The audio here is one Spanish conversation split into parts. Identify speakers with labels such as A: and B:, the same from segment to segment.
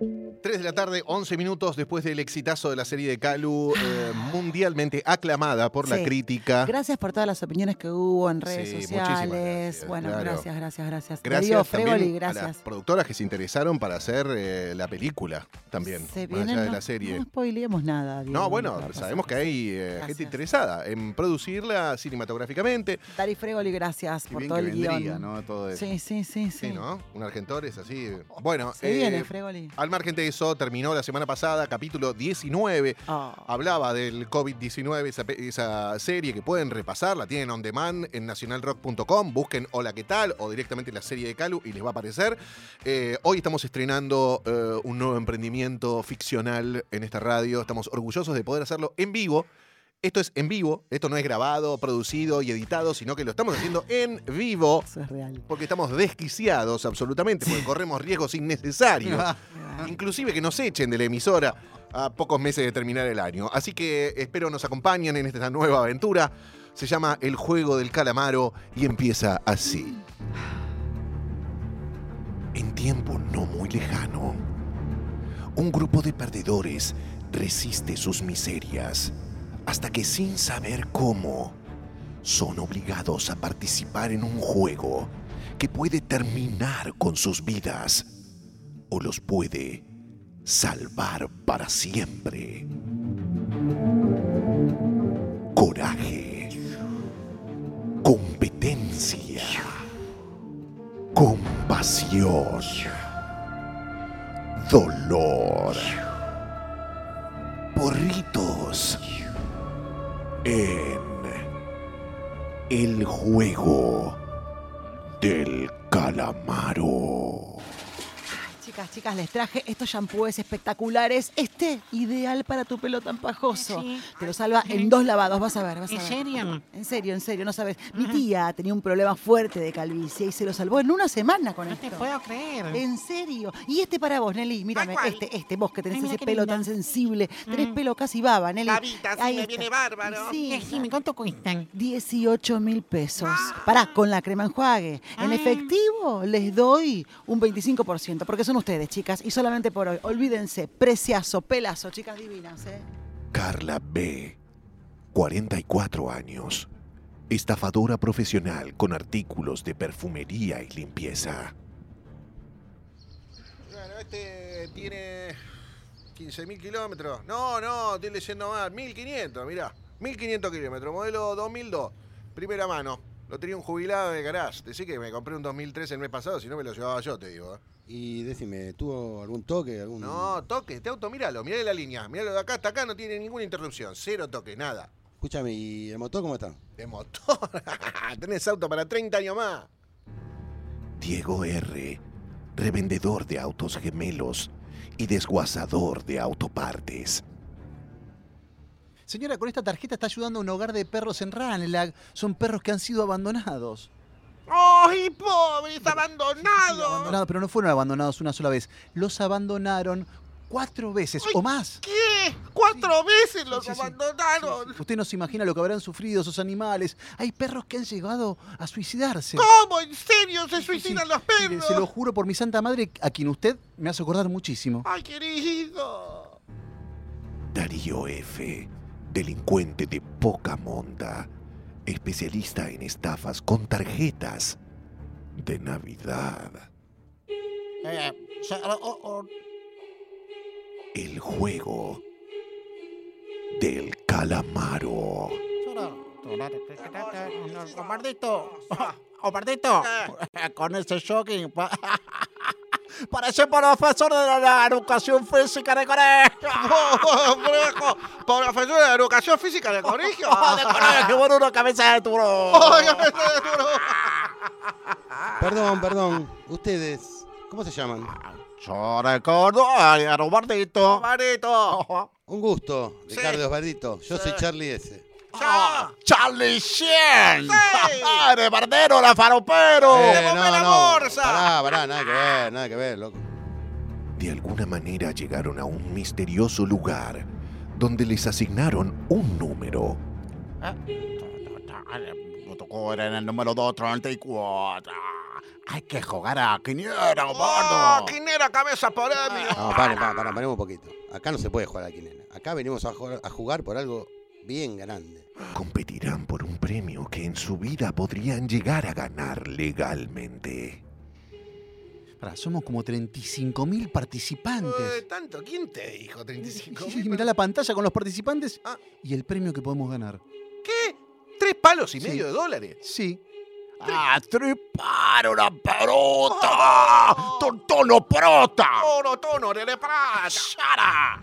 A: de la tarde, 11 minutos después del exitazo de la serie de Calu, eh, mundialmente aclamada por la
B: Ah. Sí.
A: crítica.
B: Gracias por todas las opiniones que hubo en redes
A: Sí, muchísimas
B: sociales.
A: gracias,
B: bueno,
A: claro.
B: gracias, gracias, gracias.
A: Gracias
B: Darío
A: también
B: Fregoli,
A: a las
B: gracias.
A: productoras que se interesaron para hacer eh, la película también,
B: Se
A: más
B: vienen-
A: allá de
B: no-
A: la serie.
B: No spoileemos nada. Diego,
A: No,
B: lo
A: bueno,
B: que va a pasar.
A: sabemos que hay eh, gente
B: Gracias.
A: interesada en producirla cinematográficamente.
B: Darío Fregoli, gracias
C: Qué
B: por
C: bien
B: todo
C: que
B: el
C: vendría,
B: guión.
C: ¿no? Todo eso.
B: Sí, sí, sí, sí.
A: Sí, ¿no? Un argentores así. Bueno,
B: Se
A: eh,
B: viene Fregoli.
A: al margen de eso, terminó la semana pasada, capítulo 19.
B: Oh.
A: Hablaba del COVID-19, esa, pe- esa serie que pueden repasar, la tienen on demand en nacionalrock.com, busquen Hola qué tal o directamente la serie de Calu y les va a aparecer. Eh, hoy estamos estrenando eh, un nuevo emprendimiento ficcional en esta radio, estamos orgullosos de poder hacerlo en vivo. Esto es en vivo, esto no es grabado, producido y editado, sino que lo estamos haciendo en vivo
B: Eso es real.
A: porque estamos desquiciados absolutamente, porque corremos riesgos innecesarios. Inclusive que nos echen de la emisora a pocos meses de terminar el año. Así que espero nos acompañen en esta nueva aventura. Se llama El Juego del Calamaro y empieza así. En tiempo no muy lejano, un grupo de perdedores resiste sus miserias hasta que sin saber cómo, son obligados a participar en un juego que puede terminar con sus vidas o los puede salvar para siempre. Coraje. Competencia. Compasión. Dolor. Porritos. En el juego del calamaro.
B: Chicas, chicas, les traje estos shampoos espectaculares. Este, ideal para tu pelo tan pajoso.
D: Sí.
B: Te lo salva en
D: Sí.
B: dos lavados, vas a ver, vas a
D: ¿En
B: ver.
D: serio?
B: En serio, en serio, no sabes. Mi tía tenía un problema fuerte de calvicie y se lo salvó en una semana con
D: No
B: esto.
D: te puedo creer.
B: En serio. Y este para vos, Nelly. Mírame,
E: Ah, ¿cuál?
B: este, este, vos que tenés
D: Ay, mira
B: ese
D: qué
B: pelo
D: linda.
B: tan sensible. Tenés pelo casi baba, Nelly.
E: Mm. Babita, sí,
B: Ahí
E: me
B: está.
E: viene bárbaro.
B: Sí,
D: Decime, ¿cuánto cuestan?
B: 18 mil pesos.
E: Ah.
B: Pará, con la crema enjuague. En
D: Ah.
B: efectivo les doy un 25%, porque son ustedes, chicas, y solamente por hoy. Olvídense, preciazo, pelazo, chicas divinas, ¿eh?
A: Carla B., 44 años, estafadora profesional con artículos de perfumería y limpieza. Bueno, este tiene 15.000 kilómetros. No, no, estoy leyendo más. 1.500, mirá. 1.500 kilómetros, modelo 2002, primera mano. Lo tenía un jubilado de garage. Decí que me compré un 2003 el mes pasado, si no me lo llevaba yo, te digo. ¿eh?
F: Y decime, ¿tuvo algún toque?
E: Mm.
F: Algún...
A: No, toque, este auto, míralo, mirá la línea. Míralo de acá hasta acá, no tiene ninguna interrupción. Cero toque, nada.
F: Escúchame, ¿y el motor cómo está?
A: De motor. Tenés auto para 30 años más. Diego R., revendedor de autos gemelos y desguazador de autopartes.
G: Señora, con esta tarjeta está ayudando a un hogar de perros en Ranelag. Son perros que han sido abandonados.
E: ¡Ay, pobres,
G: Sí,
E: abandonados!
G: abandonados, pero no fueron abandonados una sola vez. Los abandonaron cuatro veces
E: Ay,
G: o más.
E: ¿Qué? ¡Cuatro veces los
G: Sí, sí, sí.
E: abandonaron!
G: Usted no se imagina lo que habrán sufrido esos animales. Hay perros que han llegado a suicidarse.
E: ¿Cómo? ¿En serio se
G: Sí, sí, sí.
E: suicidan los
G: Mire, Se lo
E: perros?
G: juro por mi santa madre, a quien usted me hace acordar muchísimo.
E: ¡Ay, querido!
A: Darío F., delincuente de poca monta, especialista en estafas con tarjetas de Navidad.
D: Eh, so- oh, oh, oh.
A: El juego del calamaro.
D: Obardito, Obardito, con este shocking pa- parece profesor de la educación física de Corea.
E: ¡Oh, viejo! ¡Profesor de educación física del colegio! Ah,
D: De Corea, ¡Qué bueno una cabeza de tiburón!
E: ¡Ay, cabeza de duro!
D: Ah.
F: Perdón, perdón. Ustedes, ¿cómo se llaman?
D: Yo recuerdo a Robardito.
E: ¡Marito!
F: Un gusto,
E: Sí.
F: Ricardo Osvaldito. Yo soy
E: Sí.
F: Charlie S.
E: ¡Ya!
D: Charlie Sheen.
E: Sí.
D: ¡De Bardero, la faropero!
E: ¡Le bombé la morsa!
F: Pará, Eh, pará, nada que ver, nada que ver, loco.
A: De alguna manera llegaron a un misterioso lugar donde les asignaron un número.
D: Me tocó era en el número 234. Hay que jugar a Quiniera,
E: ¡Oh,
D: gordo.
E: quinera cabeza polémica!
F: No, paren, paren, paren, paremos un poquito. Acá no se puede jugar a quinela. Acá venimos a jugar, a jugar por algo bien grande.
A: Competirán por un premio que en su vida podrían llegar a ganar legalmente.
G: Pará, somos como 35.000
A: Eh,
G: participantes.
A: tanto, ¿quién te dijo 35
G: Y mirá la pantalla con los participantes
A: Ah.
G: y el premio que podemos ganar.
A: ¿Qué? ¿Tres palos y
G: Sí.
A: medio de dólares?
G: Sí.
A: Ah,
D: ¡A tripar una pelota!
A: Oh.
D: ¡Tortono prota!
E: ¡Toro, tono, de le prata!
D: ¡Sara!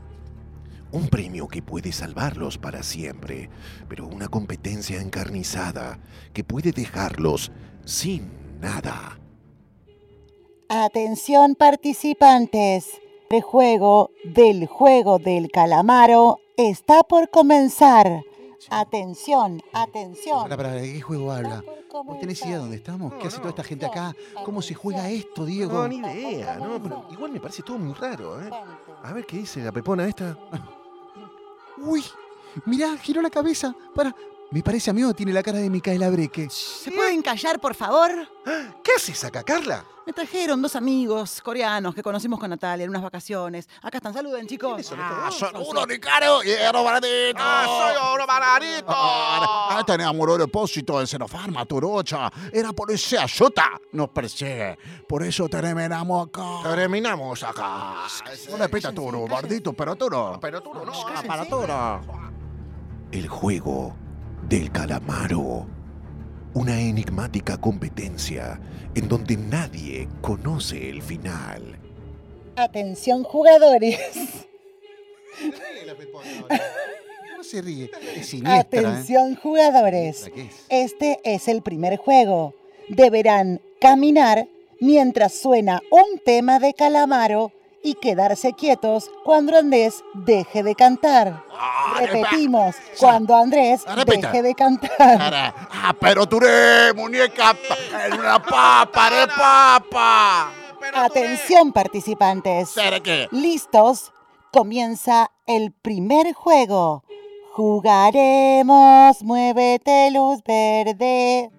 A: Un premio que puede salvarlos para siempre, pero una competencia encarnizada que puede dejarlos sin nada.
B: Atención participantes. El juego del juego del calamaro está por comenzar. Atención, atención.
G: Pará, pará, ¿de qué juego habla?
B: Está por
G: ¿Vos tenés idea de dónde estamos? ¿Qué hace toda esta gente acá?
B: Atención,
G: ¿Cómo se juega
B: atención.
G: esto, Diego?
B: ni idea, no, pero
A: igual me parece todo muy raro, ¿eh?
B: comenzar.
A: A ver qué dice la pepona esta.
G: Uy, mirá, giró la cabeza. Para, me parece a mí o tiene la cara de Micaela Breque.
H: ¿Se pueden callar, por favor?
A: ¿Qué haces acá, Carla?
H: Me trajeron dos amigos coreanos que conocimos con Natalia en unas vacaciones. Acá están, saluden, chicos.
D: Ah, son uno de caro y otro baratito.
E: ¡Ah, soy un
D: Ah,
G: Ah,
E: bananito!
D: tenía amor depósito en Xenofarma, Turocha. Era policía Sota. Nos persigue. Por eso terminamos
E: Ah,
D: acá.
E: Terminamos acá.
D: No le pita a Turo, bardito, pero Turo.
E: Pero tú no, no.
D: Ah, para Turo.
A: El juego del calamaro. Una enigmática competencia en donde nadie conoce el final.
B: Atención jugadores.
G: No se ríe. Es siniestra, ¿eh?
B: Atención jugadores.
G: ¿Qué es?
B: Este es el primer juego. Deberán caminar mientras suena un tema de calamaro y quedarse quietos cuando Andrés deje de cantar. Repetimos, cuando Andrés
D: Repita.
B: deje de cantar.
D: Cara. Ah, pero Turé, muñeca. pa- En una papa de papa.
B: Atención participantes.
D: ¿Será que?
B: ¿Listos? Comienza el primer juego. Jugaremos, muévete luz verde.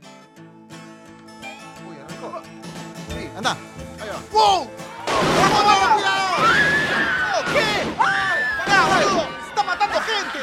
G: Sí, anda.
E: ¡Wow! ¿Qué? ¡Pará, boludo! ¡Está matando gente!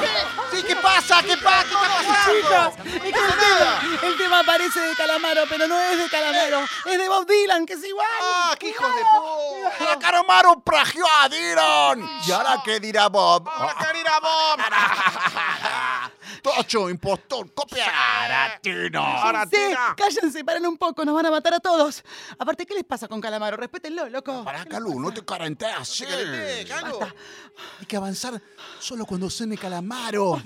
E: ¿Qué? Sí, ¿qué pasa? ¿Qué pasa? ¿Qué está pasando?
H: Es que el tema, el tema parece de Calamaro, pero no es de Calamaro. Es de Bob Dylan, que es igual.
E: ¡Ah, qué hijos de puta!
D: La Caromaro plagió a Dylan. ¿Y ahora qué dirá Bob?
E: ¡Ahora querida bomba!
D: Tocho, impostor, copia. Aratino.
E: ¡Ahora
H: Sí,
E: tira!
H: cállense, paren un poco, nos van a matar a todos. Aparte, ¿qué les pasa con Calamaro? Respétenlo, loco.
D: Pará, Calu, no te carentees así.
E: ¡Cállate, Calo!
G: Hay que avanzar solo cuando suene calamaro.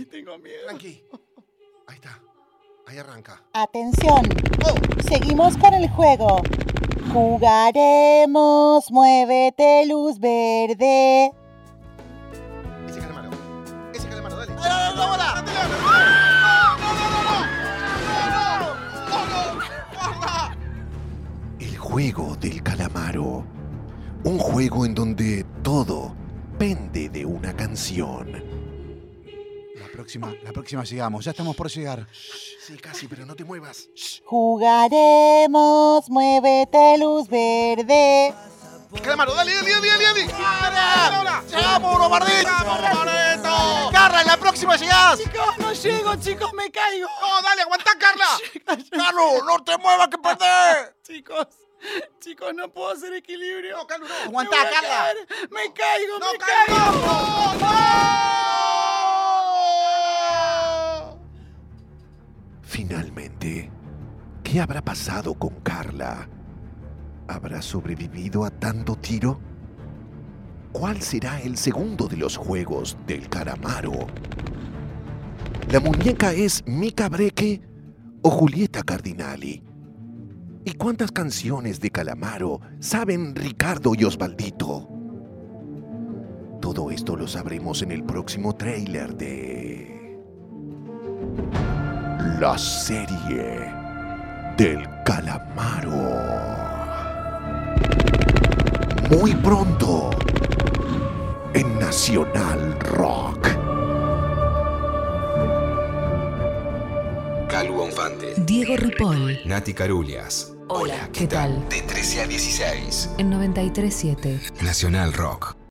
A: Tranqui. Ahí está. Ahí arranca.
B: Atención. Seguimos con el juego. Jugaremos, muévete luz verde.
A: Ese calamaro. Ese calamaro, dale.
E: ¡Ahora la bola!
A: El juego del calamaro. Un juego en donde todo pende de una canción.
G: La próxima, la próxima llegamos. Ya estamos por llegar.
A: Sí, casi, pero no te muevas.
B: Jugaremos, muévete luz verde.
E: ¡Calamaro, dale, dale, dale, dale! ¡Ahora!
D: ¡Llegamos, Robertito!
E: ¡Vamos, Roberto!
D: ¡Carla, en la próxima llegás!
H: Chicos, no llego, chicos, me caigo.
E: ¡No, dale, aguantá, Carla!
D: ¡Carlos, no te muevas que perdés!
H: Chicos, chicos, no puedo hacer equilibrio.
E: ¡No, Carlos, no!
D: Aguantá,
H: Me voy a
D: Carla.
H: caer, Me caigo,
E: ¡No,
H: me
E: Carlos!
H: caigo.
E: ¡No, no!
A: Finalmente, ¿qué habrá pasado con Carla? ¿Habrá sobrevivido a tanto tiro? ¿Cuál será el segundo de los juegos del calamaro? ¿La muñeca es Mica Breque o Julieta Cardinali? ¿Y cuántas canciones de Calamaro saben Ricardo y Osvaldito? Todo esto lo sabremos en el próximo tráiler de la serie del calamaro. Muy pronto en Nacional Rock.
I: Calu Bonfante,
J: Diego Ripoll,
I: Nati Carulias, Hola, ¿qué tal?
K: De 13 a 16.
I: En 937.
K: Nacional Rock.